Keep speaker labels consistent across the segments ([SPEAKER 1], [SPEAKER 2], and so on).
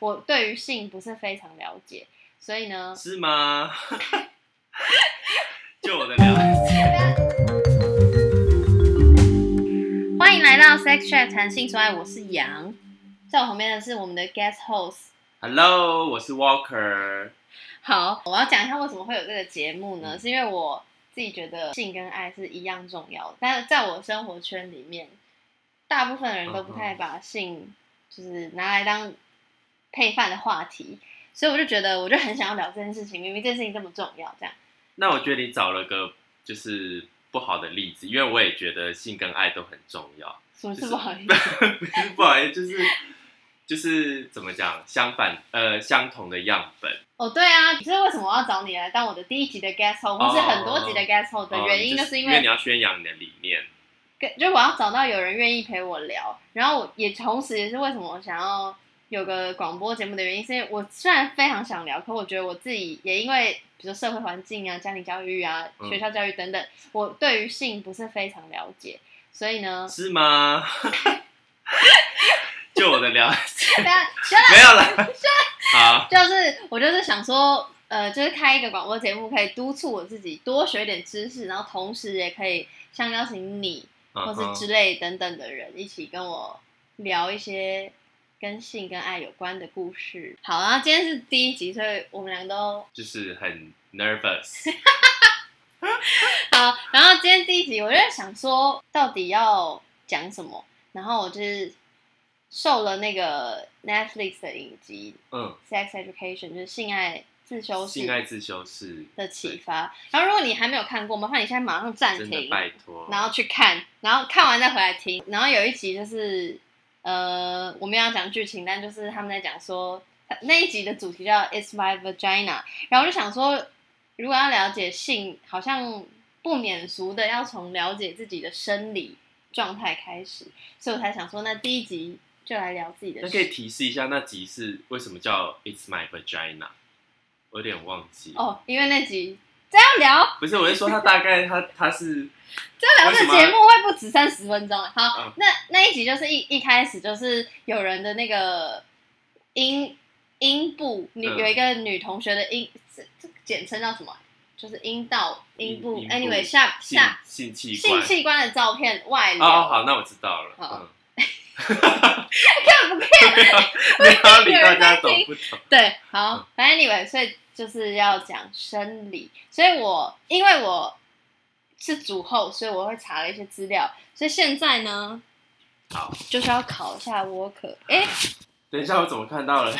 [SPEAKER 1] 我对于性不是非常了解，所以呢，
[SPEAKER 2] 是吗？ 就我的了解，
[SPEAKER 1] 欢迎来到 Sex Chat 谈性说爱，我是杨，在我旁边的是我们的 guest host。
[SPEAKER 2] Hello，我是 Walker。
[SPEAKER 1] 好，我要讲一下为什么会有这个节目呢？是因为我自己觉得性跟爱是一样重要的，但是在我生活圈里面，大部分人都不太把性就是拿来当配饭的话题，所以我就觉得我就很想要聊这件事情，明明这件事情这么重要，这样。
[SPEAKER 2] 那我觉得你找了个就是不好的例子，因为我也觉得性跟爱都很重要。
[SPEAKER 1] 什么
[SPEAKER 2] 就是
[SPEAKER 1] 不好意思？
[SPEAKER 2] 不是不好意思，就是就是怎么讲，相反呃相同的样本。
[SPEAKER 1] 哦，对啊，这是为什么我要找你来当我的第一集的 guest host，或是很多集的 guest host 的
[SPEAKER 2] 哦
[SPEAKER 1] 原因，
[SPEAKER 2] 就
[SPEAKER 1] 就是因
[SPEAKER 2] 因
[SPEAKER 1] 为
[SPEAKER 2] 你要宣扬你的理念。
[SPEAKER 1] 跟就我要找到有人愿意陪我聊，然后我也同时也是为什么我想要有个广播节目的原因，是因为我虽然非常想聊，可我觉得我自己也因为比如说社会环境啊、家庭教育啊、
[SPEAKER 2] 嗯
[SPEAKER 1] 学校教育等等，我对于性不是非常了解，所以 呢，
[SPEAKER 2] 是吗？就我的了 解，
[SPEAKER 1] 但虽然
[SPEAKER 2] 没有 了。好，
[SPEAKER 1] 就是我就是想说，呃，就是开一个广播节目，可以督促我自己多学一点知识，然后同时也可以像邀请你或
[SPEAKER 2] 嗯
[SPEAKER 1] 是
[SPEAKER 2] 哼
[SPEAKER 1] 之类等等的人一起跟我聊一些跟性跟爱有关的故事。好，然后今天是第一集，所以我们俩都
[SPEAKER 2] 就是很 nervous。
[SPEAKER 1] 好。然后今天第一集，我就在想说，到底要讲什么？然后我就是受了那个 Netflix 的影集
[SPEAKER 2] 嗯，
[SPEAKER 1] 《Sex Education》，就是性爱自修室
[SPEAKER 2] 性爱自修室
[SPEAKER 1] 的启发。然后如果你还没有看过，麻烦你现在马上暂
[SPEAKER 2] 真的
[SPEAKER 1] 停，
[SPEAKER 2] 拜托。
[SPEAKER 1] 然后去看，然后看完再回来听。然后有一集就是呃，我们要讲剧情，但就是他们在讲说那一集的主题叫 "It's my vagina"，然后我就想说，如果要了解性，好像不免俗的要从了解自己的生理状态开始，所以我才想说，那第一集就来聊自己的
[SPEAKER 2] 那可以
[SPEAKER 1] 性。
[SPEAKER 2] 提示一下那集是为什么叫 It's My Vagina？我有点忘记。
[SPEAKER 1] 哦，因为那集这样聊，
[SPEAKER 2] 不是，我是说他大概他他是
[SPEAKER 1] 这样聊这个
[SPEAKER 2] 为
[SPEAKER 1] 节
[SPEAKER 2] 什
[SPEAKER 1] 目
[SPEAKER 2] 么
[SPEAKER 1] 会不止三十分钟。好，
[SPEAKER 2] 嗯
[SPEAKER 1] 那那一集就是一一开始就是有人的那个阴阴部女、
[SPEAKER 2] 嗯
[SPEAKER 1] 有一个女同学的阴，这这简称叫什么啊？就是阴道阴部。
[SPEAKER 2] 阴部
[SPEAKER 1] anyway，下
[SPEAKER 2] 性
[SPEAKER 1] 下
[SPEAKER 2] 性器
[SPEAKER 1] 性
[SPEAKER 2] 官。
[SPEAKER 1] 器哦官的照片外流，
[SPEAKER 2] 哦，哦好，那我知道了。
[SPEAKER 1] 好
[SPEAKER 2] 嗯，
[SPEAKER 1] 看不看？
[SPEAKER 2] 没有理大家
[SPEAKER 1] 有人在听
[SPEAKER 2] 懂不懂？
[SPEAKER 1] 对，好，反正 anyway，所以就是要讲生理，所以我因为我是主后，所以我会查了一些资料，所以现在呢，
[SPEAKER 2] 好，
[SPEAKER 1] 就是要考一下 Walker，哎、
[SPEAKER 2] 等一下，我怎么看 到了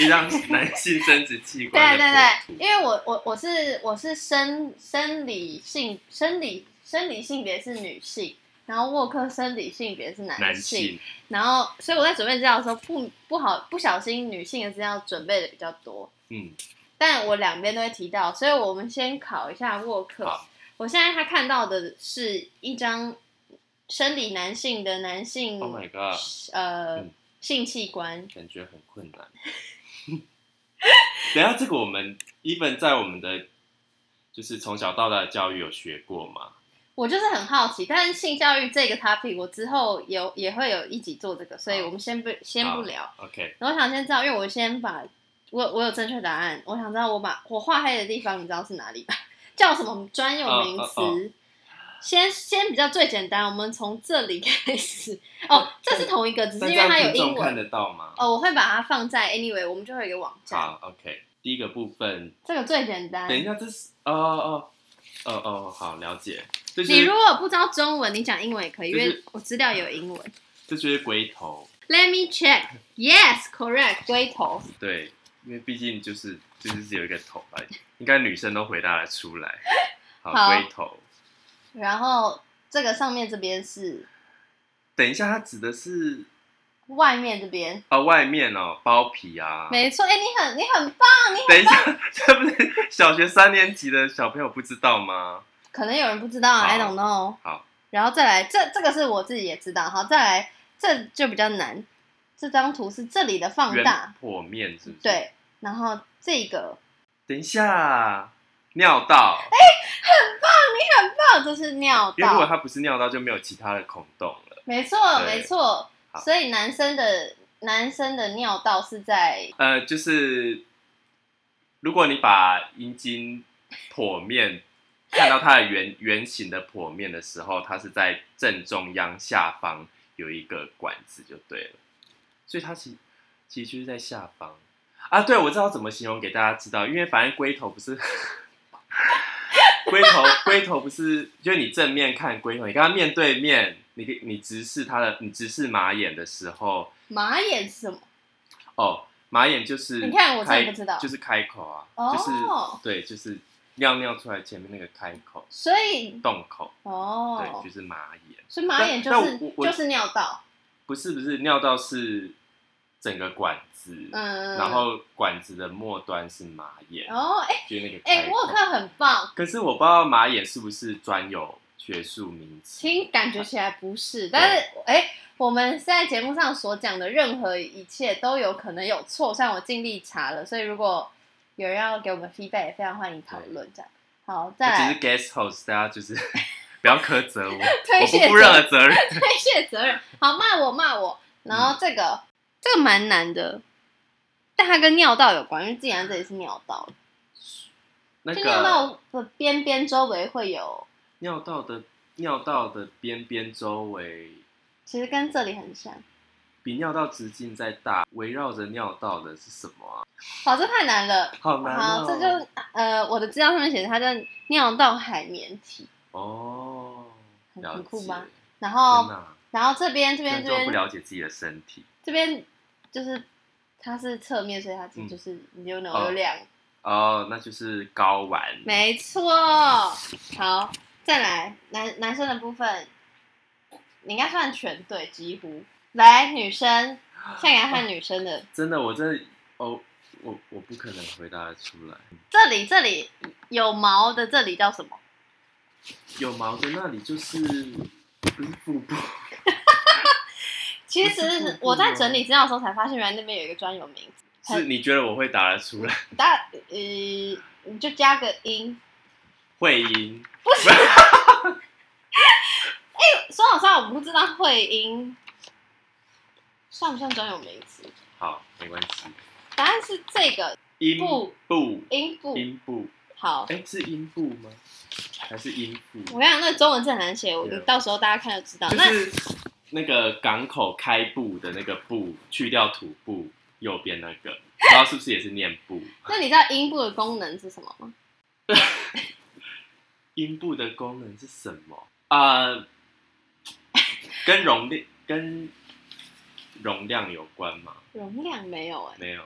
[SPEAKER 2] 一张男性生殖器
[SPEAKER 1] 对
[SPEAKER 2] 官的
[SPEAKER 1] 对
[SPEAKER 2] 图
[SPEAKER 1] 对，因为我我我是我是生生理性生理生理性别是女性，然后沃克生理性别是男
[SPEAKER 2] 男性
[SPEAKER 1] 然后所以我在准备资料的时候不不好不小心女性的资料准备的比较多，
[SPEAKER 2] 嗯，
[SPEAKER 1] 但我两边都会提到，所以我们先考一下沃克
[SPEAKER 2] 好。
[SPEAKER 1] 我现在他看到的是一张生理男性的男性
[SPEAKER 2] Oh my god，
[SPEAKER 1] 呃、
[SPEAKER 2] 嗯
[SPEAKER 1] 性器官，
[SPEAKER 2] 感觉很困难。等一下，这个我们 even 在我们的就是从小到大的教育有学过吗？
[SPEAKER 1] 我就是很好奇，但是性教育这个 topic 我之后有也会有一集做这个，所以
[SPEAKER 2] 好
[SPEAKER 1] 我们先不先不
[SPEAKER 2] 好
[SPEAKER 1] 聊。
[SPEAKER 2] OK，
[SPEAKER 1] 然后我想先知道，因为我先把我我有正确答案，我想知道我把我画黑的地方，你知道是哪里吧？叫什么专有名词
[SPEAKER 2] 哦哦
[SPEAKER 1] 先先比较最简单，我们从这里开始。哦，这是同一个，只是
[SPEAKER 2] 呃那这
[SPEAKER 1] 因为
[SPEAKER 2] 样
[SPEAKER 1] 它有
[SPEAKER 2] 听众
[SPEAKER 1] 英
[SPEAKER 2] 看
[SPEAKER 1] 文。
[SPEAKER 2] 得到吗？
[SPEAKER 1] 哦，我会把它放在 anyway，我们就会有一个网站，
[SPEAKER 2] 好，OK，第一个部分，
[SPEAKER 1] 这个最简单
[SPEAKER 2] 等。一下，这是哦哦哦哦，好了解，这就
[SPEAKER 1] 你如
[SPEAKER 2] 是
[SPEAKER 1] 果不知道中文，你讲英文也可以，因
[SPEAKER 2] 就是
[SPEAKER 1] 为我资料有英文。
[SPEAKER 2] 这就是龟头，
[SPEAKER 1] Let me check. Yes, correct. 龟头。
[SPEAKER 2] 对，因为毕竟就是就是只有一个头吧，应该女生都回答得出来。好，
[SPEAKER 1] 好
[SPEAKER 2] 龟头，
[SPEAKER 1] 然后这个上面这边是
[SPEAKER 2] 等一下，它指的是
[SPEAKER 1] 外面这边，
[SPEAKER 2] 啊、外面哦，包皮啊。
[SPEAKER 1] 没错。哎、你很你很棒，你
[SPEAKER 2] 等一下，这不是小学三年级的小朋友不知道吗？
[SPEAKER 1] 可能有人不知道啊
[SPEAKER 2] 好
[SPEAKER 1] ，I don't know。
[SPEAKER 2] 好，
[SPEAKER 1] 然后再来，这这个是我自己也知道。好，再来，这就比较难。这张图是这里的放
[SPEAKER 2] 圆
[SPEAKER 1] 大，
[SPEAKER 2] 破面是不是？。
[SPEAKER 1] 对。然后这个，
[SPEAKER 2] 等一下，尿道，
[SPEAKER 1] 哎那这是尿
[SPEAKER 2] 因为如
[SPEAKER 1] 道，
[SPEAKER 2] 果它不是尿道，就没有其他的孔洞了。
[SPEAKER 1] 没错
[SPEAKER 2] 对
[SPEAKER 1] 没错
[SPEAKER 2] 好。
[SPEAKER 1] 所以男生的男生的尿道是在
[SPEAKER 2] 呃，就是如果你把阴茎剖面看到它的圆圆形的剖面的时候，它是在正中央下方有一个管子就对了，所以它其其实就是在下方啊。对，我知道怎么形容给大家知道，因为反正龟头不是 龟头，龟头不是就是你正面看龟头，你跟它面对面，你你直视它的，你直视马眼的时候，
[SPEAKER 1] 马眼是什么？
[SPEAKER 2] 哦，马眼就是
[SPEAKER 1] 你看我真的
[SPEAKER 2] 开
[SPEAKER 1] 不知道
[SPEAKER 2] 就是开口啊，
[SPEAKER 1] 哦
[SPEAKER 2] 就是对，就是尿尿出来前面那个开口
[SPEAKER 1] 所以
[SPEAKER 2] 洞口，对，
[SPEAKER 1] 哦
[SPEAKER 2] 就，是马眼，
[SPEAKER 1] 所以马眼就
[SPEAKER 2] 但
[SPEAKER 1] 是
[SPEAKER 2] 但我我
[SPEAKER 1] 就是尿道，
[SPEAKER 2] 不是不是尿道是整个管子，
[SPEAKER 1] 嗯，
[SPEAKER 2] 然后管子的末端是马眼，
[SPEAKER 1] 哦，哎
[SPEAKER 2] 就是那个
[SPEAKER 1] 哎，
[SPEAKER 2] 开
[SPEAKER 1] 沃
[SPEAKER 2] 口。
[SPEAKER 1] 克很棒，
[SPEAKER 2] 可是我不知道马眼是不是专有学术名词，
[SPEAKER 1] 听感觉起来不是，但是哎，我们在节目上所讲的任何一切都有可能有错，像我尽力查了，所以如果有人要给我们 feedback，也非常欢迎讨论这样。好，再
[SPEAKER 2] 我只
[SPEAKER 1] 来
[SPEAKER 2] 是 guest host，大家就是 不要苛责我，
[SPEAKER 1] 推
[SPEAKER 2] 我不
[SPEAKER 1] 卸
[SPEAKER 2] 负任何责 任。
[SPEAKER 1] 推卸责任，好骂我骂我。然
[SPEAKER 2] 嗯
[SPEAKER 1] 后这个、这个蛮难的，但它跟尿道有关，因为既然这里是尿道，
[SPEAKER 2] 那
[SPEAKER 1] 就尿
[SPEAKER 2] 个
[SPEAKER 1] 道的边边周围会有，
[SPEAKER 2] 尿道的尿道的边边周围
[SPEAKER 1] 其实跟这里很像。
[SPEAKER 2] 比尿道直径再大，围绕着尿道的是什么啊？
[SPEAKER 1] 好，这太难了。
[SPEAKER 2] 好难
[SPEAKER 1] 好，
[SPEAKER 2] 哦。
[SPEAKER 1] 这就呃，我的资料上面写的它叫尿道海绵体，
[SPEAKER 2] 哦，
[SPEAKER 1] 很
[SPEAKER 2] 了
[SPEAKER 1] 很酷
[SPEAKER 2] 解
[SPEAKER 1] 吧
[SPEAKER 2] 天
[SPEAKER 1] 然后
[SPEAKER 2] 哪，
[SPEAKER 1] 然后这边这
[SPEAKER 2] 这
[SPEAKER 1] 边这
[SPEAKER 2] 都不
[SPEAKER 1] 边
[SPEAKER 2] 了解自己的身体
[SPEAKER 1] 这边就是它是侧面，所以它其实就是有
[SPEAKER 2] 哦
[SPEAKER 1] 脑有两
[SPEAKER 2] 哦，那就是睾丸。
[SPEAKER 1] 没错，好，再来男男生的部分，你应该算全对，几乎。来，女生，现在看女生的，
[SPEAKER 2] 真的，我真的哦，我我不可能回答得出来。
[SPEAKER 1] 这里这里有毛的这里叫什么？
[SPEAKER 2] 有毛的那里就是不是腹部？
[SPEAKER 1] 其
[SPEAKER 2] 不是腹
[SPEAKER 1] 实
[SPEAKER 2] 部
[SPEAKER 1] 我在
[SPEAKER 2] 吗
[SPEAKER 1] 整理资料的时候才发现，原来那边有一个专有名字，
[SPEAKER 2] 是你觉得我会答得出来？
[SPEAKER 1] 大呃，你呃就加个音。
[SPEAKER 2] 会阴
[SPEAKER 1] 说老实话，我不知道会音算不算专有名词，
[SPEAKER 2] 好，没关系。
[SPEAKER 1] 答案是这个
[SPEAKER 2] 阴
[SPEAKER 1] 部
[SPEAKER 2] 部
[SPEAKER 1] 音部。
[SPEAKER 2] 阴部，
[SPEAKER 1] 好，
[SPEAKER 2] 哎，是阴部吗？还是阴部？
[SPEAKER 1] 我跟你讲，那中文字很难写，我
[SPEAKER 2] 对啊
[SPEAKER 1] 到时候大家看就知道。
[SPEAKER 2] 就
[SPEAKER 1] 啊那
[SPEAKER 2] 是那个港口开埠的那个埠，去掉土部右边那个，不知道是不是也是念部？
[SPEAKER 1] 那你知道阴部的功能是什么吗？
[SPEAKER 2] 阴部的功能是什么？呃，跟容量跟容量有关吗？
[SPEAKER 1] 容量没有哎、
[SPEAKER 2] 没有，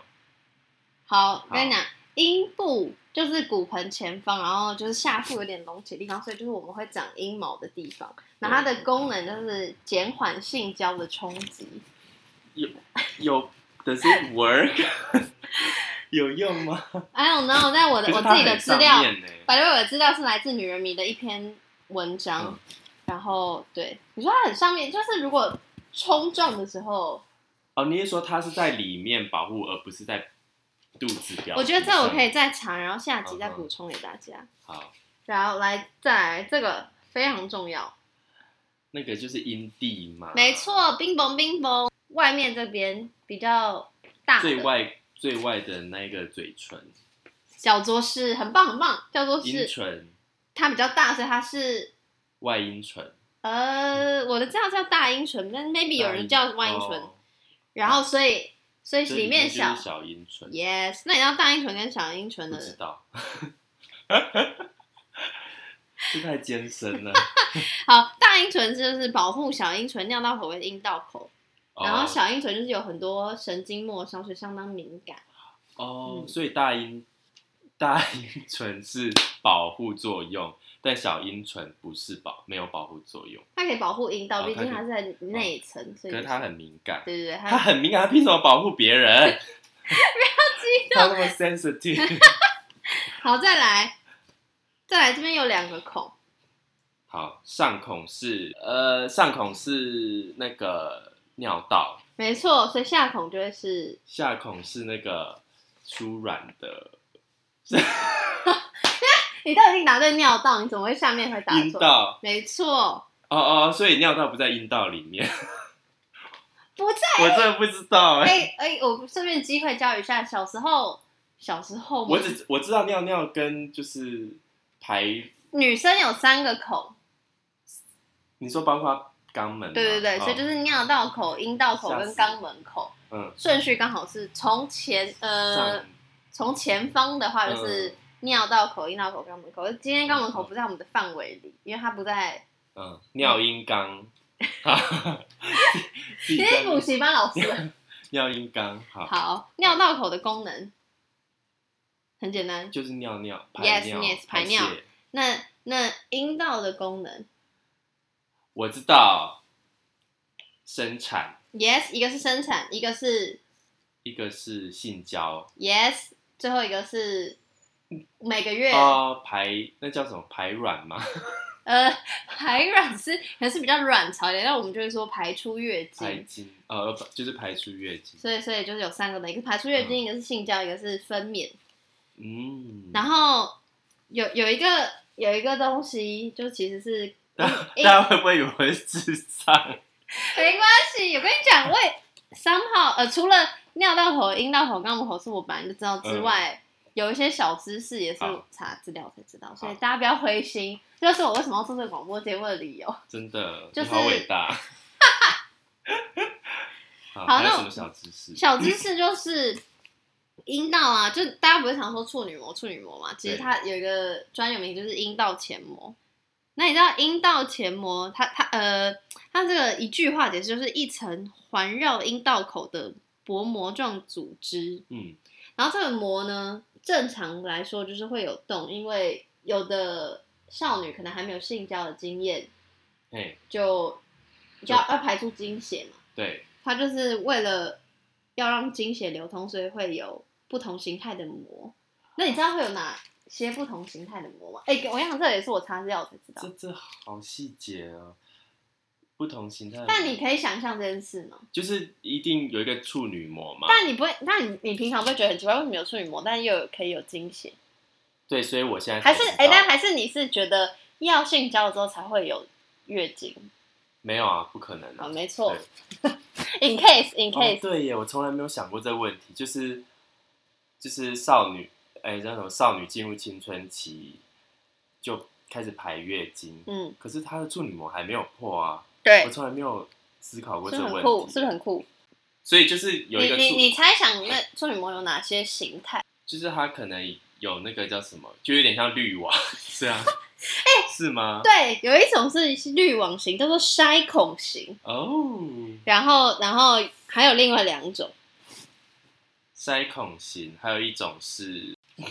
[SPEAKER 1] 好，我跟你讲，阴部就是骨盆前方，然后就是下腹有点隆起的地方，所以就是我们会长阴毛的地方。那它的功能就是减缓性交的冲击，
[SPEAKER 2] 有 does it work？有用吗？
[SPEAKER 1] I don't know，但我的
[SPEAKER 2] 可
[SPEAKER 1] 我
[SPEAKER 2] 是
[SPEAKER 1] 自
[SPEAKER 2] 它
[SPEAKER 1] 己的
[SPEAKER 2] 很
[SPEAKER 1] 资
[SPEAKER 2] 上
[SPEAKER 1] 料，
[SPEAKER 2] 面呢、
[SPEAKER 1] 百度我的资料是来自《女人迷》的一篇文章，
[SPEAKER 2] 嗯
[SPEAKER 1] 然后对你说它很上面，就是如果冲撞的时候，
[SPEAKER 2] 哦，你是说它是在里面保护，而不是在肚子表？
[SPEAKER 1] 我觉得这我可
[SPEAKER 2] 以
[SPEAKER 1] 以再查，然后下集再
[SPEAKER 2] 嗯嗯
[SPEAKER 1] 补充给大家。
[SPEAKER 2] 好，
[SPEAKER 1] 然后来再来这个非常重要，
[SPEAKER 2] 那个就是阴蒂嘛，
[SPEAKER 1] 没错，冰崩冰崩，外面这边比较大
[SPEAKER 2] 最
[SPEAKER 1] 的
[SPEAKER 2] 外最外的那一个嘴唇，
[SPEAKER 1] 小桌是很棒很棒，叫做
[SPEAKER 2] 阴
[SPEAKER 1] 是
[SPEAKER 2] 唇、
[SPEAKER 1] 它比较大，所以它是
[SPEAKER 2] 外阴唇，
[SPEAKER 1] 呃我的资料叫大阴唇，但 maybe 有人叫外阴唇。
[SPEAKER 2] 哦
[SPEAKER 1] 然后所以所以
[SPEAKER 2] 所以
[SPEAKER 1] 里面小
[SPEAKER 2] 就是小阴唇，
[SPEAKER 1] ，yes，那你知道大阴唇跟小阴唇
[SPEAKER 2] 不知
[SPEAKER 1] 的，
[SPEAKER 2] 道， 这太艰深了。
[SPEAKER 1] 好，大阴唇就是保护小阴唇尿道口跟阴道口，
[SPEAKER 2] 哦
[SPEAKER 1] 然后小阴唇就是有很多神经末梢，所以相当敏感，
[SPEAKER 2] 哦，
[SPEAKER 1] 嗯
[SPEAKER 2] 所以大阴大阴唇是保护作用，但小阴唇不是保没有保护作用，
[SPEAKER 1] 它可以保护阴道，
[SPEAKER 2] 哦
[SPEAKER 1] 毕竟
[SPEAKER 2] 它
[SPEAKER 1] 它
[SPEAKER 2] 可哦
[SPEAKER 1] 是在内层，所
[SPEAKER 2] 可
[SPEAKER 1] 以
[SPEAKER 2] 是它很敏感，
[SPEAKER 1] 对对对，
[SPEAKER 2] 它
[SPEAKER 1] 它
[SPEAKER 2] 很敏感，它凭什么保护别 人？
[SPEAKER 1] 激
[SPEAKER 2] 它
[SPEAKER 1] 动。
[SPEAKER 2] 那么 sensitive。
[SPEAKER 1] 好，再来，再来这边有两个孔，
[SPEAKER 2] 好，上孔是呃，上孔是那个尿道，
[SPEAKER 1] 没错，所以下孔就会是
[SPEAKER 2] 下孔是那个输卵的
[SPEAKER 1] 你都已经答对尿道，你怎么会下面会答
[SPEAKER 2] 阴
[SPEAKER 1] 错？
[SPEAKER 2] 道。
[SPEAKER 1] 没错，
[SPEAKER 2] 哦哦，所以尿道不在阴道里面。
[SPEAKER 1] 不在。
[SPEAKER 2] 我真的不知道哎、
[SPEAKER 1] 哎哎，我顺便机会教一下，小时候，小时候嘛
[SPEAKER 2] 我只我知道尿尿跟就是排，
[SPEAKER 1] 女生有三个口，
[SPEAKER 2] 你说包括肛门吗，
[SPEAKER 1] 对对对，
[SPEAKER 2] 哦
[SPEAKER 1] 所以就是尿道口、阴道口跟肛门口
[SPEAKER 2] 嗯
[SPEAKER 1] 顺序刚好是从前呃
[SPEAKER 2] 上嗯
[SPEAKER 1] 从前方的话就是尿道口、阴道口、肛门口。今天肛门口不在我们的范围里，因为它不在。
[SPEAKER 2] 嗯尿 阴肛，自己
[SPEAKER 1] 今
[SPEAKER 2] 在
[SPEAKER 1] 天
[SPEAKER 2] 那
[SPEAKER 1] 补习班老师
[SPEAKER 2] 尿尿阴肛 好，
[SPEAKER 1] 好，尿道口的功能很简单。
[SPEAKER 2] 就是尿尿排
[SPEAKER 1] Yes,
[SPEAKER 2] 尿
[SPEAKER 1] yes，
[SPEAKER 2] 排
[SPEAKER 1] 排尿
[SPEAKER 2] 泄
[SPEAKER 1] 那那阴道的功能
[SPEAKER 2] 我知道生产，
[SPEAKER 1] ，yes，一个是生产，一个是
[SPEAKER 2] 一个是性交
[SPEAKER 1] yes，最后一个是每个月、
[SPEAKER 2] 哦，排那叫什么排 卵吗？
[SPEAKER 1] 呃排卵是可能是比较卵巢一点，那我们就会说排出月
[SPEAKER 2] 排
[SPEAKER 1] 经。
[SPEAKER 2] 精呃，就是排出月经。
[SPEAKER 1] 所以，所以就是有三个的，一个排出月经，一个是性交，一个是分娩。
[SPEAKER 2] 嗯，
[SPEAKER 1] 然后有有一个有一个东西，就其实是
[SPEAKER 2] 大大家会不会以为我是智障？
[SPEAKER 1] 没关系，我跟你讲，我也三号呃，除了尿道口、阴道口、肛门口是我本来就知道之外，有一些小知识也是
[SPEAKER 2] 嗯好
[SPEAKER 1] 查资料才知道，所以
[SPEAKER 2] 好
[SPEAKER 1] 大家不要灰心。这就是我为什么要做这个广播节目的理由。
[SPEAKER 2] 真的，
[SPEAKER 1] 就是
[SPEAKER 2] 你好伟 大。好，
[SPEAKER 1] 好
[SPEAKER 2] 还有
[SPEAKER 1] 那
[SPEAKER 2] 什么小知识？
[SPEAKER 1] 小知识就是阴道啊，就大家不是常说处女膜、处女膜嘛，其实
[SPEAKER 2] 对
[SPEAKER 1] 它有一个专有名就是阴道前膜。那你知道阴道前膜，它它呃，它这个一句话解释就是一层环绕阴道口的薄膜状组织，
[SPEAKER 2] 嗯，
[SPEAKER 1] 然后这个膜呢，正常来说就是会有洞，因为有的少女可能还没有性交的经验，
[SPEAKER 2] 嘿，
[SPEAKER 1] 就要要排出经血嘛。
[SPEAKER 2] 对，
[SPEAKER 1] 它就是为了要让经血流通，所以会有不同形态的膜。那你知道会有哪些不同形态的膜吗？哎、我想这也是我查资料才知道
[SPEAKER 2] 这。这好细节哦。不同形态的，
[SPEAKER 1] 但你可以想象这件事吗？
[SPEAKER 2] 就是一定有一个处女膜嘛？
[SPEAKER 1] 但你不会，那你你平常不会觉得很奇怪，为什么有处女膜，但又有可以有经血？
[SPEAKER 2] 对，所以我现在
[SPEAKER 1] 还
[SPEAKER 2] 才
[SPEAKER 1] 是
[SPEAKER 2] 知道
[SPEAKER 1] 哎、但还是你是觉得要性交之后才会有月经？
[SPEAKER 2] 没有啊，不可能
[SPEAKER 1] 啊，
[SPEAKER 2] 啊。
[SPEAKER 1] 没错
[SPEAKER 2] 对。
[SPEAKER 1] in case in
[SPEAKER 2] 哦
[SPEAKER 1] case，、
[SPEAKER 2] 对耶，我从来没有想过这个问题，就是就是少女，哎、叫什么？少女进入青春期就开始排月经，
[SPEAKER 1] 嗯，
[SPEAKER 2] 可是她的处女膜还没有破啊，
[SPEAKER 1] 对
[SPEAKER 2] 我，从来没有思考过
[SPEAKER 1] 是不嗯
[SPEAKER 2] 这
[SPEAKER 1] 是很
[SPEAKER 2] 个问
[SPEAKER 1] 酷？
[SPEAKER 2] 题，
[SPEAKER 1] 是不是很酷？
[SPEAKER 2] 所以就是有一
[SPEAKER 1] 你
[SPEAKER 2] 个
[SPEAKER 1] 你
[SPEAKER 2] 处，
[SPEAKER 1] 你猜想那处女膜有哪些形态？
[SPEAKER 2] 就是她可能有那个叫什么，就有点像滤网，是啊，是吗？
[SPEAKER 1] 哎对，有一种是滤网型，叫做筛孔型，
[SPEAKER 2] 哦，
[SPEAKER 1] 然后然后还有另外两种。
[SPEAKER 2] 腮孔型，还有一种是
[SPEAKER 1] 你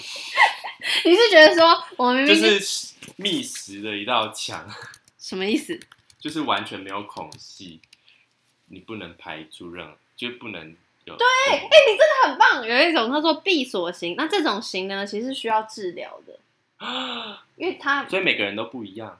[SPEAKER 1] 是觉得说我明
[SPEAKER 2] 就
[SPEAKER 1] 明是、
[SPEAKER 2] 是觅食的一道墙。
[SPEAKER 1] 什么意思？
[SPEAKER 2] 就是完全没有孔隙，你不能排出任何，就不能有。对，哎、
[SPEAKER 1] 那很棒，有一种叫做闭锁型，那这种型呢，其实是需要治疗的，因为它
[SPEAKER 2] 所以每个人都不一样。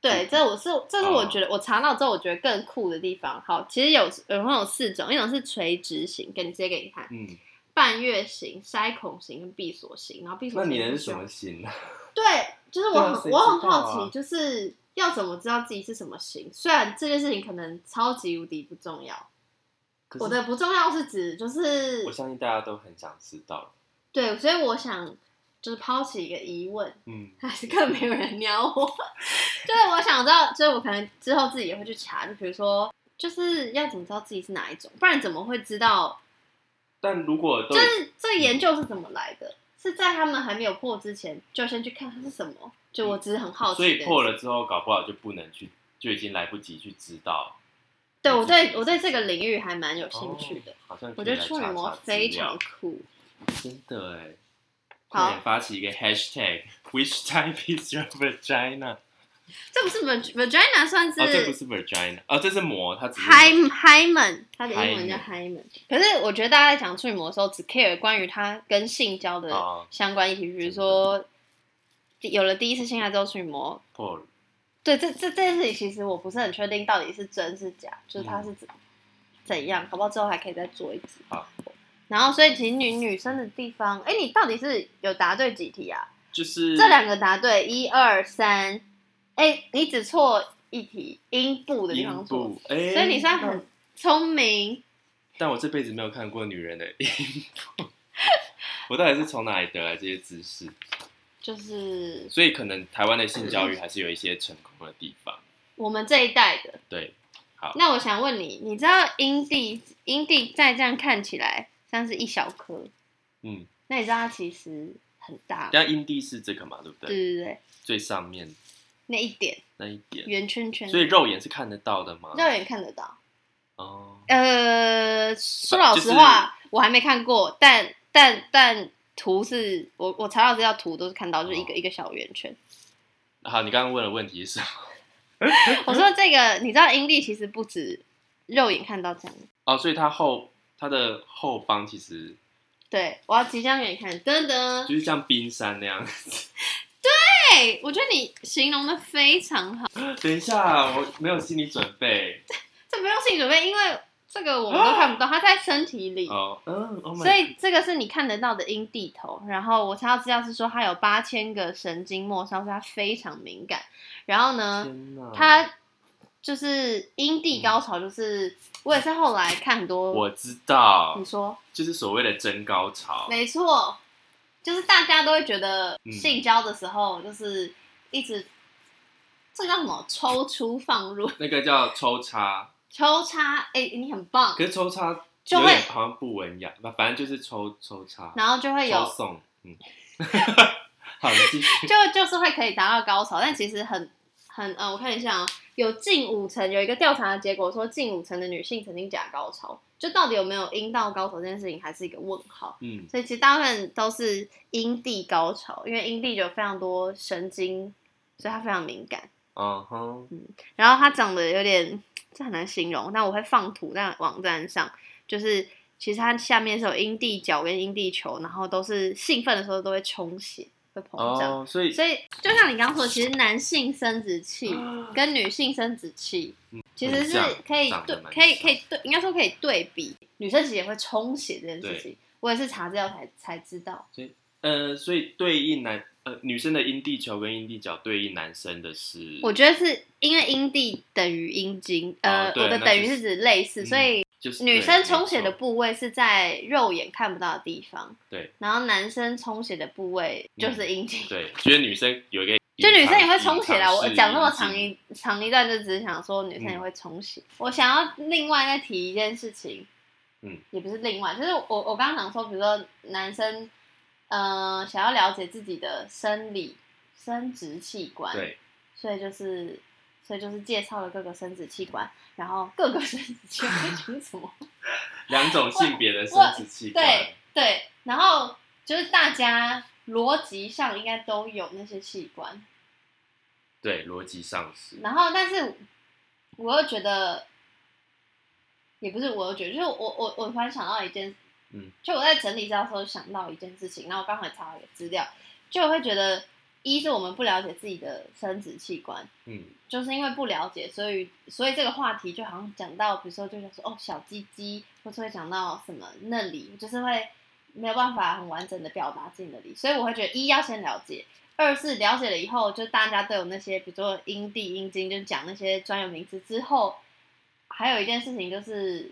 [SPEAKER 1] 对，这我是这是我
[SPEAKER 2] 哦
[SPEAKER 1] 觉得、我查到之后我觉得更酷的地方。好，其实有有有四种，一种是垂直型，给你直接给你看，
[SPEAKER 2] 嗯，
[SPEAKER 1] 半月型、筛孔型跟闭锁型，然后闭锁
[SPEAKER 2] 那
[SPEAKER 1] 型
[SPEAKER 2] 你的是
[SPEAKER 1] 需
[SPEAKER 2] 什
[SPEAKER 1] 要
[SPEAKER 2] 么型呢？
[SPEAKER 1] 对，就是我
[SPEAKER 2] 对啊
[SPEAKER 1] 很、
[SPEAKER 2] 谁
[SPEAKER 1] 我很
[SPEAKER 2] 知道啊
[SPEAKER 1] 好奇，就是要怎么知道自己是什么型？虽然这件事情可能超级无敌不重要，
[SPEAKER 2] 可是
[SPEAKER 1] 我的不重要是指就是
[SPEAKER 2] 我相信大家都很想知道。
[SPEAKER 1] 对，所以我想就是抛起一个疑问，
[SPEAKER 2] 嗯，
[SPEAKER 1] 还是更没有人鸟我， 就是我想知道，就是我可能之后自己也会去查，就比如说就是要怎么知道自己是哪一种，不然怎么会知道？
[SPEAKER 2] 但如果都
[SPEAKER 1] 就是这个
[SPEAKER 2] 嗯
[SPEAKER 1] 研究是怎么来的？是在他们还没有破之前，就先去看它是什么。就我只是很好奇
[SPEAKER 2] 所
[SPEAKER 1] 这件
[SPEAKER 2] 以
[SPEAKER 1] 事，
[SPEAKER 2] 破了之后，搞不好就不能去，就已经来不及去知道。
[SPEAKER 1] 对
[SPEAKER 2] 你
[SPEAKER 1] 我
[SPEAKER 2] 自己
[SPEAKER 1] 对我对这个领域还蛮有兴趣的，
[SPEAKER 2] 哦好像可以
[SPEAKER 1] 我觉得
[SPEAKER 2] 来
[SPEAKER 1] 处女
[SPEAKER 2] 查
[SPEAKER 1] 膜
[SPEAKER 2] 查资
[SPEAKER 1] 非
[SPEAKER 2] 料
[SPEAKER 1] 常酷。
[SPEAKER 2] 真的哎。
[SPEAKER 1] 好
[SPEAKER 2] 快点发起一个 hashtag which type is your vagina？
[SPEAKER 1] 这不是 vag- vagina 算
[SPEAKER 2] 哦，这
[SPEAKER 1] 是
[SPEAKER 2] 不是 vagina，哦，这是膜，它只是
[SPEAKER 1] hi hi 们，它的英文
[SPEAKER 2] Hymen
[SPEAKER 1] 叫 hi 们。可是我觉得大家在讲处女膜的时候，只 care 关于它跟性交的
[SPEAKER 2] 哦
[SPEAKER 1] 相关议题，比如说第有了第一次性爱之后处女膜。
[SPEAKER 2] 破了。
[SPEAKER 1] 对，这这这件事情其实我不是很确定到底是真是假，就是
[SPEAKER 2] 嗯
[SPEAKER 1] 它是怎怎样，搞不好之后还可以再做一集。
[SPEAKER 2] 好
[SPEAKER 1] 然后，所以其实女女生的地方，哎，你到底是有答对几题啊？
[SPEAKER 2] 就是
[SPEAKER 1] 这两个答对，一二三，哎，你只错一题，阴部的地
[SPEAKER 2] 阴
[SPEAKER 1] 方错，
[SPEAKER 2] 部，哎、
[SPEAKER 1] 所以你算很聪明，
[SPEAKER 2] 但我这辈子没有看过女人的阴部，我到底是从哪里得来这些知识？
[SPEAKER 1] 就是
[SPEAKER 2] 所以可能台湾的性教育还是有一些成功的地方。
[SPEAKER 1] 我们这一代的。
[SPEAKER 2] 对，好
[SPEAKER 1] 那我想问你，你知道阴蒂阴蒂再这样看起来像是一小颗，
[SPEAKER 2] 嗯，
[SPEAKER 1] 那你知道它其实很大吗，
[SPEAKER 2] 但阴蒂是这个嘛，对不
[SPEAKER 1] 对
[SPEAKER 2] 对？
[SPEAKER 1] 对对，
[SPEAKER 2] 最上面
[SPEAKER 1] 那一点
[SPEAKER 2] 那一点，
[SPEAKER 1] 圆圈圈，
[SPEAKER 2] 所以肉眼是看得到的吗？
[SPEAKER 1] 肉眼看得到。
[SPEAKER 2] 哦，
[SPEAKER 1] 呃，说
[SPEAKER 2] 啊
[SPEAKER 1] 老实话，我还没看过，但但但图是我我查到资料图都是看到，就是一个、
[SPEAKER 2] 哦
[SPEAKER 1] 一个小圆圈。
[SPEAKER 2] 好，你刚刚问的问题是什么？嗯
[SPEAKER 1] 我说这个，你知道阴蒂其实不止肉眼看到这样，
[SPEAKER 2] 哦，所以它后它的后方其实
[SPEAKER 1] 对我要即将给你看，噔噔，
[SPEAKER 2] 就是像冰山那样。
[SPEAKER 1] 对，我觉得你形容的非常好，
[SPEAKER 2] 等一下，我没有心理准备。
[SPEAKER 1] 这不用心理准备，因为这个我们都看不到，它在身体里。
[SPEAKER 2] 哦，嗯，Oh
[SPEAKER 1] 所
[SPEAKER 2] my，
[SPEAKER 1] 以这个是你看得到的阴蒂头，然后我查到资料是说它有八千个神经末梢，所以它非常敏感。然后呢，
[SPEAKER 2] 天哪！
[SPEAKER 1] 他就是阴蒂高潮，就是我也是后来看很多，
[SPEAKER 2] 我知
[SPEAKER 1] 哦
[SPEAKER 2] 道
[SPEAKER 1] 你，说
[SPEAKER 2] 就是所谓的真高潮。
[SPEAKER 1] 没错，就是大家都会觉得
[SPEAKER 2] 嗯
[SPEAKER 1] 性交的时候就是一直这叫什么抽出放入
[SPEAKER 2] 那个叫抽插，
[SPEAKER 1] 抽插，哎、你很棒
[SPEAKER 2] 可，是抽插
[SPEAKER 1] 就
[SPEAKER 2] 有
[SPEAKER 1] 会
[SPEAKER 2] 点好像不文雅，反反正就是抽抽插，
[SPEAKER 1] 然后就会有
[SPEAKER 2] 抽送，嗯， 好，你继续，
[SPEAKER 1] 就就是会可以达到高潮，但其实很很呃，我看一下啊、有近五成有一个调查的结果说，近五成的女性曾经假高潮，就到底有没有阴道高潮这件事情还是一个问号。
[SPEAKER 2] 嗯，
[SPEAKER 1] 所以其实大部分都是阴蒂高潮，因为阴蒂有非常多神经，所以它非常敏感。
[SPEAKER 2] 嗯哼，
[SPEAKER 1] 然后它长得有点，这很难形容，但我会放图在网站上，就是其实它下面是有阴蒂角跟阴蒂球，然后都是兴奋的时候都会充血，会膨胀。
[SPEAKER 2] 哦，所以
[SPEAKER 1] 所以就像你刚刚说，其实男性生殖器
[SPEAKER 2] 嗯
[SPEAKER 1] 跟女性生殖器其实是可以
[SPEAKER 2] 长
[SPEAKER 1] 对
[SPEAKER 2] 得，蛮
[SPEAKER 1] 可以
[SPEAKER 2] 像
[SPEAKER 1] 可以对，应该说可以对比，女生其实也会充血这件事
[SPEAKER 2] 对
[SPEAKER 1] 情。我也是查资料才才知道，
[SPEAKER 2] 呃，所以对应男呃女生的阴蒂球跟阴蒂角对应男生的是，
[SPEAKER 1] 我觉得是因为阴蒂等于阴茎，呃，
[SPEAKER 2] 哦对
[SPEAKER 1] 我的
[SPEAKER 2] 那
[SPEAKER 1] 等
[SPEAKER 2] 就
[SPEAKER 1] 于
[SPEAKER 2] 是
[SPEAKER 1] 是指类似，
[SPEAKER 2] 嗯
[SPEAKER 1] 所以
[SPEAKER 2] 就是
[SPEAKER 1] 女生充血的
[SPEAKER 2] 对
[SPEAKER 1] 部位是在肉眼看不到的地方，
[SPEAKER 2] 对，
[SPEAKER 1] 然后男生充血的部位就是阴茎
[SPEAKER 2] 没错，对，觉得女生有一个
[SPEAKER 1] 就女
[SPEAKER 2] 隐
[SPEAKER 1] 生
[SPEAKER 2] 藏
[SPEAKER 1] 也会充血啦，
[SPEAKER 2] 隐
[SPEAKER 1] 我
[SPEAKER 2] 藏式
[SPEAKER 1] 讲那么
[SPEAKER 2] 阴茎嗯
[SPEAKER 1] 长一长一段，就只是想说女生也会充血。我想要另外再提一件事情，
[SPEAKER 2] 嗯，
[SPEAKER 1] 也不是另外，就是我我刚刚讲说，比如说男生，呃，想要了解自己的生理生殖器官，，
[SPEAKER 2] 对，
[SPEAKER 1] 所以就是所以就是介绍了各个生殖器官，然后各个生殖 器官讲什么？
[SPEAKER 2] 两种性别的生
[SPEAKER 1] 我
[SPEAKER 2] 殖器官，
[SPEAKER 1] 对对，然后就是大家逻辑上应该都有那些器官，
[SPEAKER 2] 对，逻辑上是，
[SPEAKER 1] 然后，但是我又觉得，也不是我又觉得，就是我我我突然想到一件，
[SPEAKER 2] 嗯，
[SPEAKER 1] 就我在整理资料的时候想到一件事情，然后我刚好也查到一个资料，就我会觉得，一是我们不了解自己的生殖器官，
[SPEAKER 2] 嗯，
[SPEAKER 1] 就是因为不了解，所以所以这个话题就好像讲到，比如说就想说哦小鸡鸡，或是会讲到什么那里，就是会没有办法很完整的表达自己那里，所以我会觉得一要先了解，二是了解了以后，就大家都有那些比如说阴蒂、阴茎，就讲那些专有名词之后，还有一件事情就是，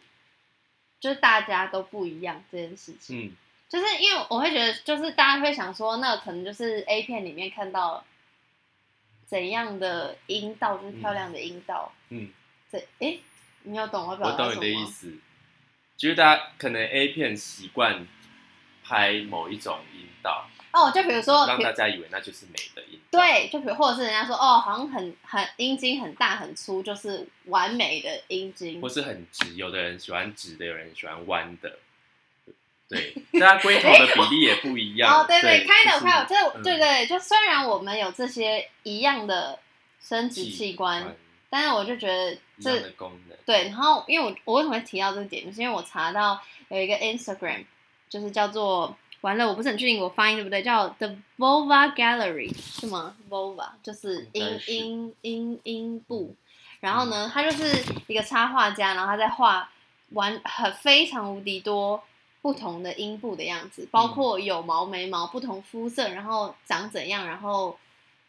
[SPEAKER 1] 就是大家都不一样这件事情，
[SPEAKER 2] 嗯，
[SPEAKER 1] 就是因为我会觉得，就是大家会想说，那可能就是 A 片里面看到怎样的阴道，就是漂亮的阴道。
[SPEAKER 2] 嗯，
[SPEAKER 1] 这诶，你有懂我表
[SPEAKER 2] 我
[SPEAKER 1] 达
[SPEAKER 2] 懂
[SPEAKER 1] 什
[SPEAKER 2] 你
[SPEAKER 1] 么
[SPEAKER 2] 的意
[SPEAKER 1] 吗？
[SPEAKER 2] 思，就是大家可能 A 片习惯拍某一种阴道，
[SPEAKER 1] 哦，就比如说，
[SPEAKER 2] 让
[SPEAKER 1] 比如
[SPEAKER 2] 大家以为那就是美的阴道。，
[SPEAKER 1] 对，就比如或者是人家说，哦，好像很很阴茎很大很粗，就是完美的阴茎
[SPEAKER 2] 或。是很直，有的人喜欢直的，有人喜欢弯的。对，大家龟头的比例也不一样。
[SPEAKER 1] 哦，对
[SPEAKER 2] 对，
[SPEAKER 1] 开
[SPEAKER 2] 就
[SPEAKER 1] 的
[SPEAKER 2] 是
[SPEAKER 1] 开的，这
[SPEAKER 2] 嗯
[SPEAKER 1] 对对对，就虽然我们有这些一样的生殖器官，但是我就觉得
[SPEAKER 2] 一样
[SPEAKER 1] 这
[SPEAKER 2] 的功能。
[SPEAKER 1] 对，然后因为我我为什么会提到这个点，就是因为我查到有一个 Instagram，就是叫做完了，我不是很确定我发音对不对，叫 The Vulva Gallery 是吗？Vulva 就是
[SPEAKER 2] 应
[SPEAKER 1] 阴
[SPEAKER 2] 该是嗯
[SPEAKER 1] 阴阴阴部，然后呢，他就是一个插画家，然后他在画完很非常无敌多不同的阴部的样子，包
[SPEAKER 2] 嗯
[SPEAKER 1] 括有毛没毛、不同肤色，然后长怎样，然后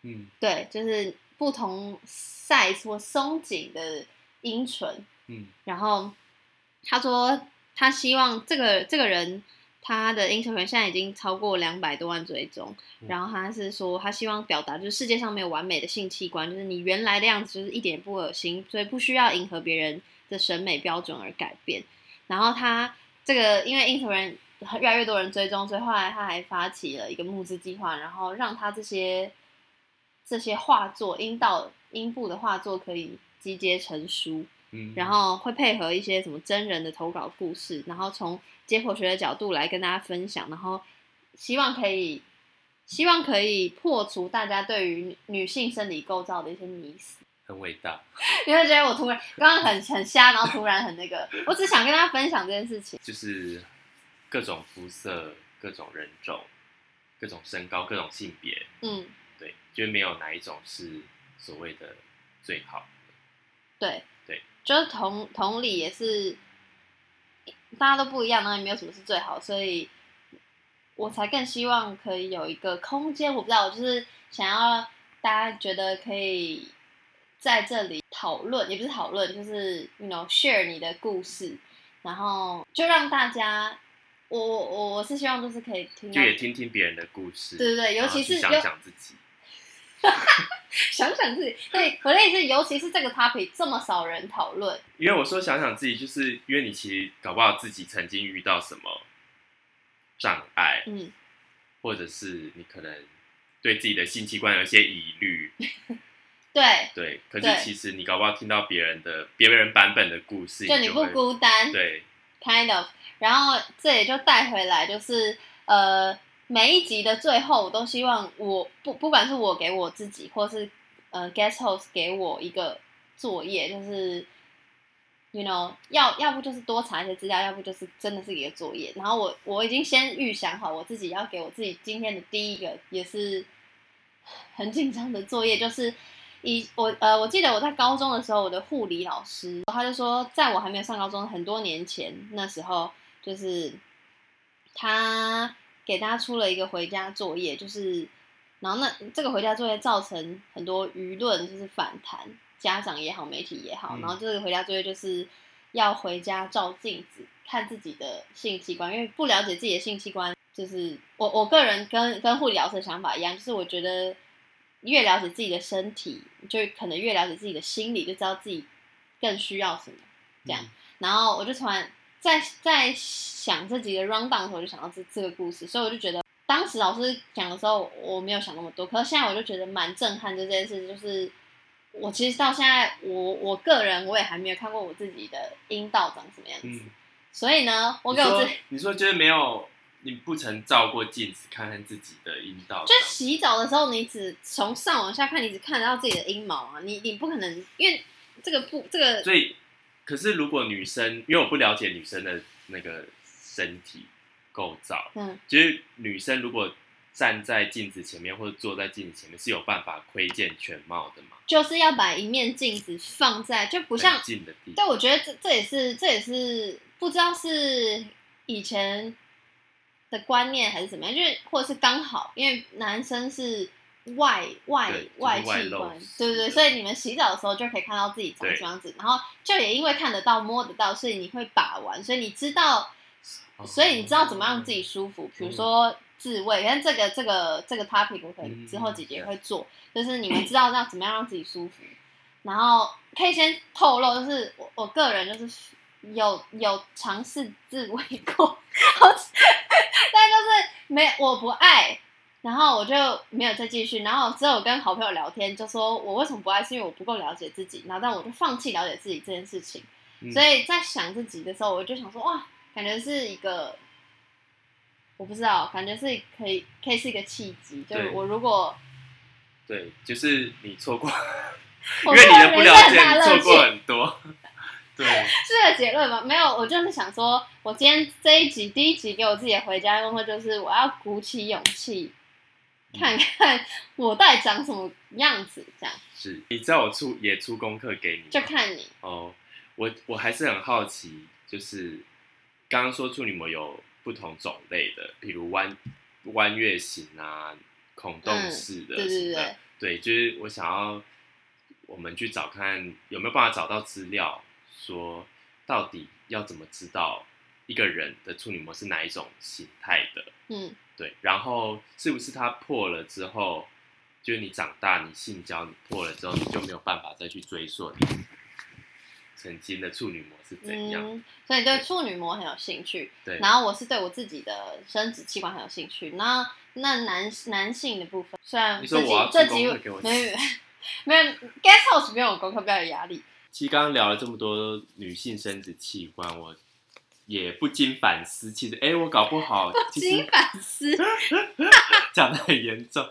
[SPEAKER 2] 嗯
[SPEAKER 1] 对，就是不同 size 或松紧的阴唇。
[SPEAKER 2] 嗯
[SPEAKER 1] 然后他说他希望这个这个人他的 Instagram 现在已经超过两百多万追踪，
[SPEAKER 2] 嗯
[SPEAKER 1] 然后他是说他希望表达就是世界上没有完美的性器官，就是你原来的样子就是一点也不恶心，所以不需要迎合别人的审美标准而改变。然后他这个因为 Instagram 越来越多人追踪，所以后来他还发起了一个募资计划，然后让他这些这些画作阴道阴部的画作可以集结成书。
[SPEAKER 2] 嗯，
[SPEAKER 1] 然后会配合一些什么真人的投稿故事，然后从解剖学的角度来跟大家分享，然后希望可以，希望可以破除大家对于女女性生理构造的一些迷思。
[SPEAKER 2] 很伟大，
[SPEAKER 1] 因为觉得我突然刚刚很很瞎，然后突然很那个，我只想跟大家分享这件事情。
[SPEAKER 2] 就是各种肤色、各种人种、各种身高、各种性别，
[SPEAKER 1] 嗯，
[SPEAKER 2] 对，就没有哪一种是所谓的最好。
[SPEAKER 1] 对
[SPEAKER 2] 对，
[SPEAKER 1] 就是同同理也是，大家都不一样，然后也没有什么是最好，所以我才更希望可以有一个空间。我不知道，我就是想要大家觉得可以在这里讨论，也不是讨论，就是 you know share 你的故事，然后就让大家，我我我我是希望就是可以听到
[SPEAKER 2] 就，也听听别人的故事，
[SPEAKER 1] 对对对，尤
[SPEAKER 2] 然后
[SPEAKER 1] 其
[SPEAKER 2] 去
[SPEAKER 1] 是
[SPEAKER 2] 想
[SPEAKER 1] 尤
[SPEAKER 2] 想自己，
[SPEAKER 1] 想想自己，对，我的意思是，尤其是这个 topic 这么少人讨论。
[SPEAKER 2] 因为我说想想自己，就是因为你其实搞不好自己曾经遇到什么障碍，
[SPEAKER 1] 嗯，
[SPEAKER 2] 或者是你可能对自己的性器官有一些疑虑，
[SPEAKER 1] 对，
[SPEAKER 2] 对。可
[SPEAKER 1] 对
[SPEAKER 2] 是其实你搞不好听到别人的别人版本的故事，
[SPEAKER 1] 就你不
[SPEAKER 2] 会
[SPEAKER 1] 孤单，
[SPEAKER 2] 对，
[SPEAKER 1] ，kind of。然后这也就带回来，就是呃，每一集的最后，我都希望我不不管是我给我自己，或是呃 guest host 给我一个作业，就是。You know，要要不就是多查一些资料，要不就是真的是一个作业。然后我我已经先预想好我自己要给我自己今天的第一个也是很紧张的作业，就是以我呃，我记得我在高中的时候，我的护理老师他就说，在我还没有上高中很多年前，那时候就是他给大家出了一个回家作业，就是然后那这个回家作业造成很多舆论就是反弹，家长也好，媒体也好，
[SPEAKER 2] 嗯
[SPEAKER 1] 然后这个回家作业就是要回家照镜子看自己的性器官，因为不了解自己的性器官，就是我我个人跟跟护理老师的想法一样，就是我觉得越了解自己的身体，就可能越了解自己的心理，就知道自己更需要什么。这样然后我就突然在在想这集的 round down 的时候，我就想到这这个故事，所以我就觉得当时老师讲的时候，我没有想那么多，可是现在我就觉得蛮震撼的这件事，就是我其实到现在，我我个人我也还没有看过我自己的阴道长什么样子，
[SPEAKER 2] 嗯。嗯
[SPEAKER 1] 所以呢，我
[SPEAKER 2] 你
[SPEAKER 1] 给我
[SPEAKER 2] 说
[SPEAKER 1] 自己
[SPEAKER 2] 你说就是没有，你不曾照过镜子看看自己的阴道
[SPEAKER 1] 就
[SPEAKER 2] 长，
[SPEAKER 1] 洗澡的时候，你只从上往下看，你只看得到自己的阴毛啊，你你不可能因为这个不这个
[SPEAKER 2] 所以可是如果女生，因为我不了解女生的那个身体构造，
[SPEAKER 1] 嗯
[SPEAKER 2] 其实女生如果站在镜子前面或者坐在镜子前面是有办法窥见全貌的嘛，
[SPEAKER 1] 就是要把一面镜子放在就不像
[SPEAKER 2] 很近的地
[SPEAKER 1] 但
[SPEAKER 2] 方，
[SPEAKER 1] 我觉得这这也是这也是不知道是以前的观念还是怎么样，就是或者是刚好，因为男生是外外
[SPEAKER 2] 对就是
[SPEAKER 1] 外
[SPEAKER 2] 外
[SPEAKER 1] 器
[SPEAKER 2] 露
[SPEAKER 1] 官，
[SPEAKER 2] 是
[SPEAKER 1] 对对对，
[SPEAKER 2] 的
[SPEAKER 1] 所以你们洗澡的时候就可以看到自己长
[SPEAKER 2] 对
[SPEAKER 1] 什么样子，然后就也因为看得到摸得到，所以你会把玩，所以你知道，
[SPEAKER 2] 哦嗯
[SPEAKER 1] 所以你知道怎么样让自己舒服，比如说自慰，但这个这个这个 topic 我可能之后几节会做，就是你们知道要怎么样让自己舒服，然后可以先透露，就是我我个人就是有有尝试自慰过， 但就是没我不爱，然后我就没有再继续。然后之后我跟好朋友聊天，就说我为什么不爱，是因为我不够了解自己，然后但我就放弃了解自己这件事情。
[SPEAKER 2] 嗯
[SPEAKER 1] 所以在想自己的时候，我就想说哇，感觉是一个。我不知道，感觉是可以，可以是一个契机。就是
[SPEAKER 2] 对
[SPEAKER 1] 我如果
[SPEAKER 2] 对，就是你 错过，因
[SPEAKER 1] 我
[SPEAKER 2] 为你
[SPEAKER 1] 个
[SPEAKER 2] 的不
[SPEAKER 1] 人
[SPEAKER 2] 了
[SPEAKER 1] 是很
[SPEAKER 2] 解，
[SPEAKER 1] 大
[SPEAKER 2] 你
[SPEAKER 1] 乐
[SPEAKER 2] 错
[SPEAKER 1] 趣。
[SPEAKER 2] 过很多， 对，
[SPEAKER 1] 是这个结论吗？没有，我就是想说，我今天这一集第一集给我自己的回家功课就是，我要鼓起勇气，
[SPEAKER 2] 嗯
[SPEAKER 1] 看看我到底长什么样子，这样
[SPEAKER 2] 是，你知道我出也出功课给你吗，
[SPEAKER 1] 就看你。
[SPEAKER 2] 哦，我我还是很好奇，就是刚刚说处女膜有不同种类的，比如弯弯月形啊、孔洞
[SPEAKER 1] 嗯
[SPEAKER 2] 式的
[SPEAKER 1] 对
[SPEAKER 2] 什
[SPEAKER 1] 对
[SPEAKER 2] 么的，
[SPEAKER 1] 对，
[SPEAKER 2] 对就是我想要我们去找看有没有办法找到资料，说到底要怎么知道一个人的处女膜是哪一种形态的？
[SPEAKER 1] 嗯
[SPEAKER 2] 对，然后是不是它破了之后，就是你长大，你性交，你破了之后，你就没有办法再去追溯你曾经的处女膜是怎样？
[SPEAKER 1] 嗯，所以你对处女膜很有兴趣，
[SPEAKER 2] 对，
[SPEAKER 1] 然后我是对我自己的生殖器官很有兴趣。然后那男男性的部分，虽然
[SPEAKER 2] 你说
[SPEAKER 1] 这集
[SPEAKER 2] 我要
[SPEAKER 1] 这
[SPEAKER 2] 做
[SPEAKER 1] 集
[SPEAKER 2] 功课给我
[SPEAKER 1] 没有 没有 guest house 没有功课，不要有压力。
[SPEAKER 2] 其实刚刚聊了这么多女性生殖器官，我也不禁反思，其实哎、诶我搞不好，其
[SPEAKER 1] 金
[SPEAKER 2] 实
[SPEAKER 1] 反 思，
[SPEAKER 2] 讲的很严重，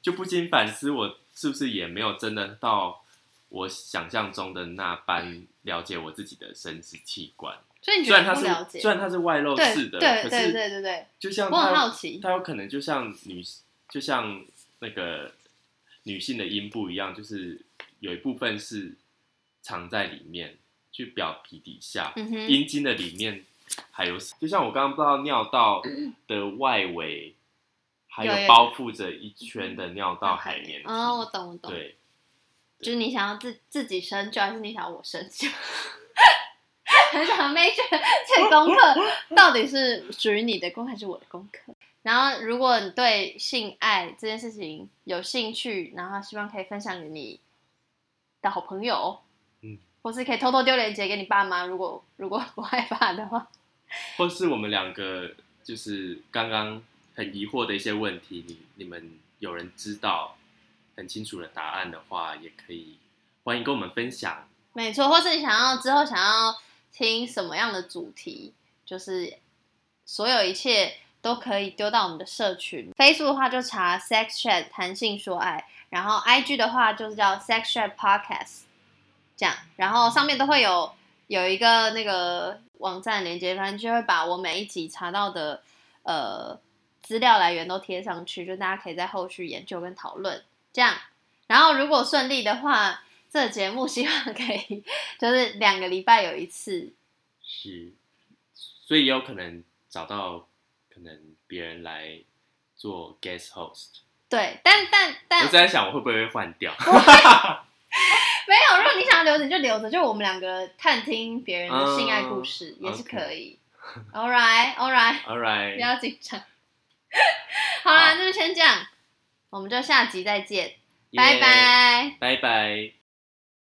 [SPEAKER 2] 就不禁反思，我是不是也没有真的到我想象中的那
[SPEAKER 1] 嗯
[SPEAKER 2] 般了解我自己的生殖器官。
[SPEAKER 1] 所以你
[SPEAKER 2] 虽
[SPEAKER 1] 觉得
[SPEAKER 2] 然
[SPEAKER 1] 你
[SPEAKER 2] 它
[SPEAKER 1] 不了
[SPEAKER 2] 是
[SPEAKER 1] 解？
[SPEAKER 2] 虽然它是外露式
[SPEAKER 1] 对
[SPEAKER 2] 的，
[SPEAKER 1] 对
[SPEAKER 2] 可
[SPEAKER 1] 对
[SPEAKER 2] 是
[SPEAKER 1] 对对对，
[SPEAKER 2] 就像
[SPEAKER 1] 我很
[SPEAKER 2] 它
[SPEAKER 1] 好奇。
[SPEAKER 2] 它有可能就像女就像那个女性的阴部一样，就是有一部分是藏在里面，去表皮底下，
[SPEAKER 1] 嗯哼，
[SPEAKER 2] 阴茎的里面还有，就像我刚刚不知道尿道的外围，还
[SPEAKER 1] 有有
[SPEAKER 2] 有
[SPEAKER 1] 有嗯
[SPEAKER 2] 包覆着一圈的尿道海绵体。
[SPEAKER 1] 哦，我懂我懂，
[SPEAKER 2] 对，
[SPEAKER 1] 就是你想要自自己深究，还是你想要我深究？ 很想 m a 这功课到底是属于你的功课还是我的功课？然后，如果你对性爱这件事情有兴趣，然后希望可以分享给你的好朋友，
[SPEAKER 2] 嗯，
[SPEAKER 1] 或是可以偷偷丢链接给你爸妈，如果如果不害怕的话，
[SPEAKER 2] 或是我们两个就是刚刚很疑惑的一些问题，你你们有人知道很清楚的答案的话，也可以欢迎跟我们分享。
[SPEAKER 1] 没错，或是你想要之后想要听什么样的主题，就是所有一切都可以丢到我们的社群。Facebook 的话就查 Sex Chat 弹性说爱，然后 IG 的话就是叫 Sex Chat Podcast，这样，然后上面都会有有一个那个网站连接，反正就会把我每一集查到的呃资料来源都贴上去，就大家可以在后续研究跟讨论这样。然后如果顺利的话，这节目希望可以就是两个礼拜有一次，
[SPEAKER 2] 是，所以也有可能找到可能别人来做 guest host。
[SPEAKER 1] 对，但但但
[SPEAKER 2] 我在想我会不会被换掉？
[SPEAKER 1] 没有，如果你想要留着就留着，就我们两个探听别人的性爱故事、
[SPEAKER 2] 嗯
[SPEAKER 1] 也是可以。all right, all right，
[SPEAKER 2] All
[SPEAKER 1] 不
[SPEAKER 2] right，
[SPEAKER 1] 要紧张。好啦，
[SPEAKER 2] 好
[SPEAKER 1] 那就先这样，我们就下集再见，
[SPEAKER 2] 耶
[SPEAKER 1] 拜拜。
[SPEAKER 2] 拜拜。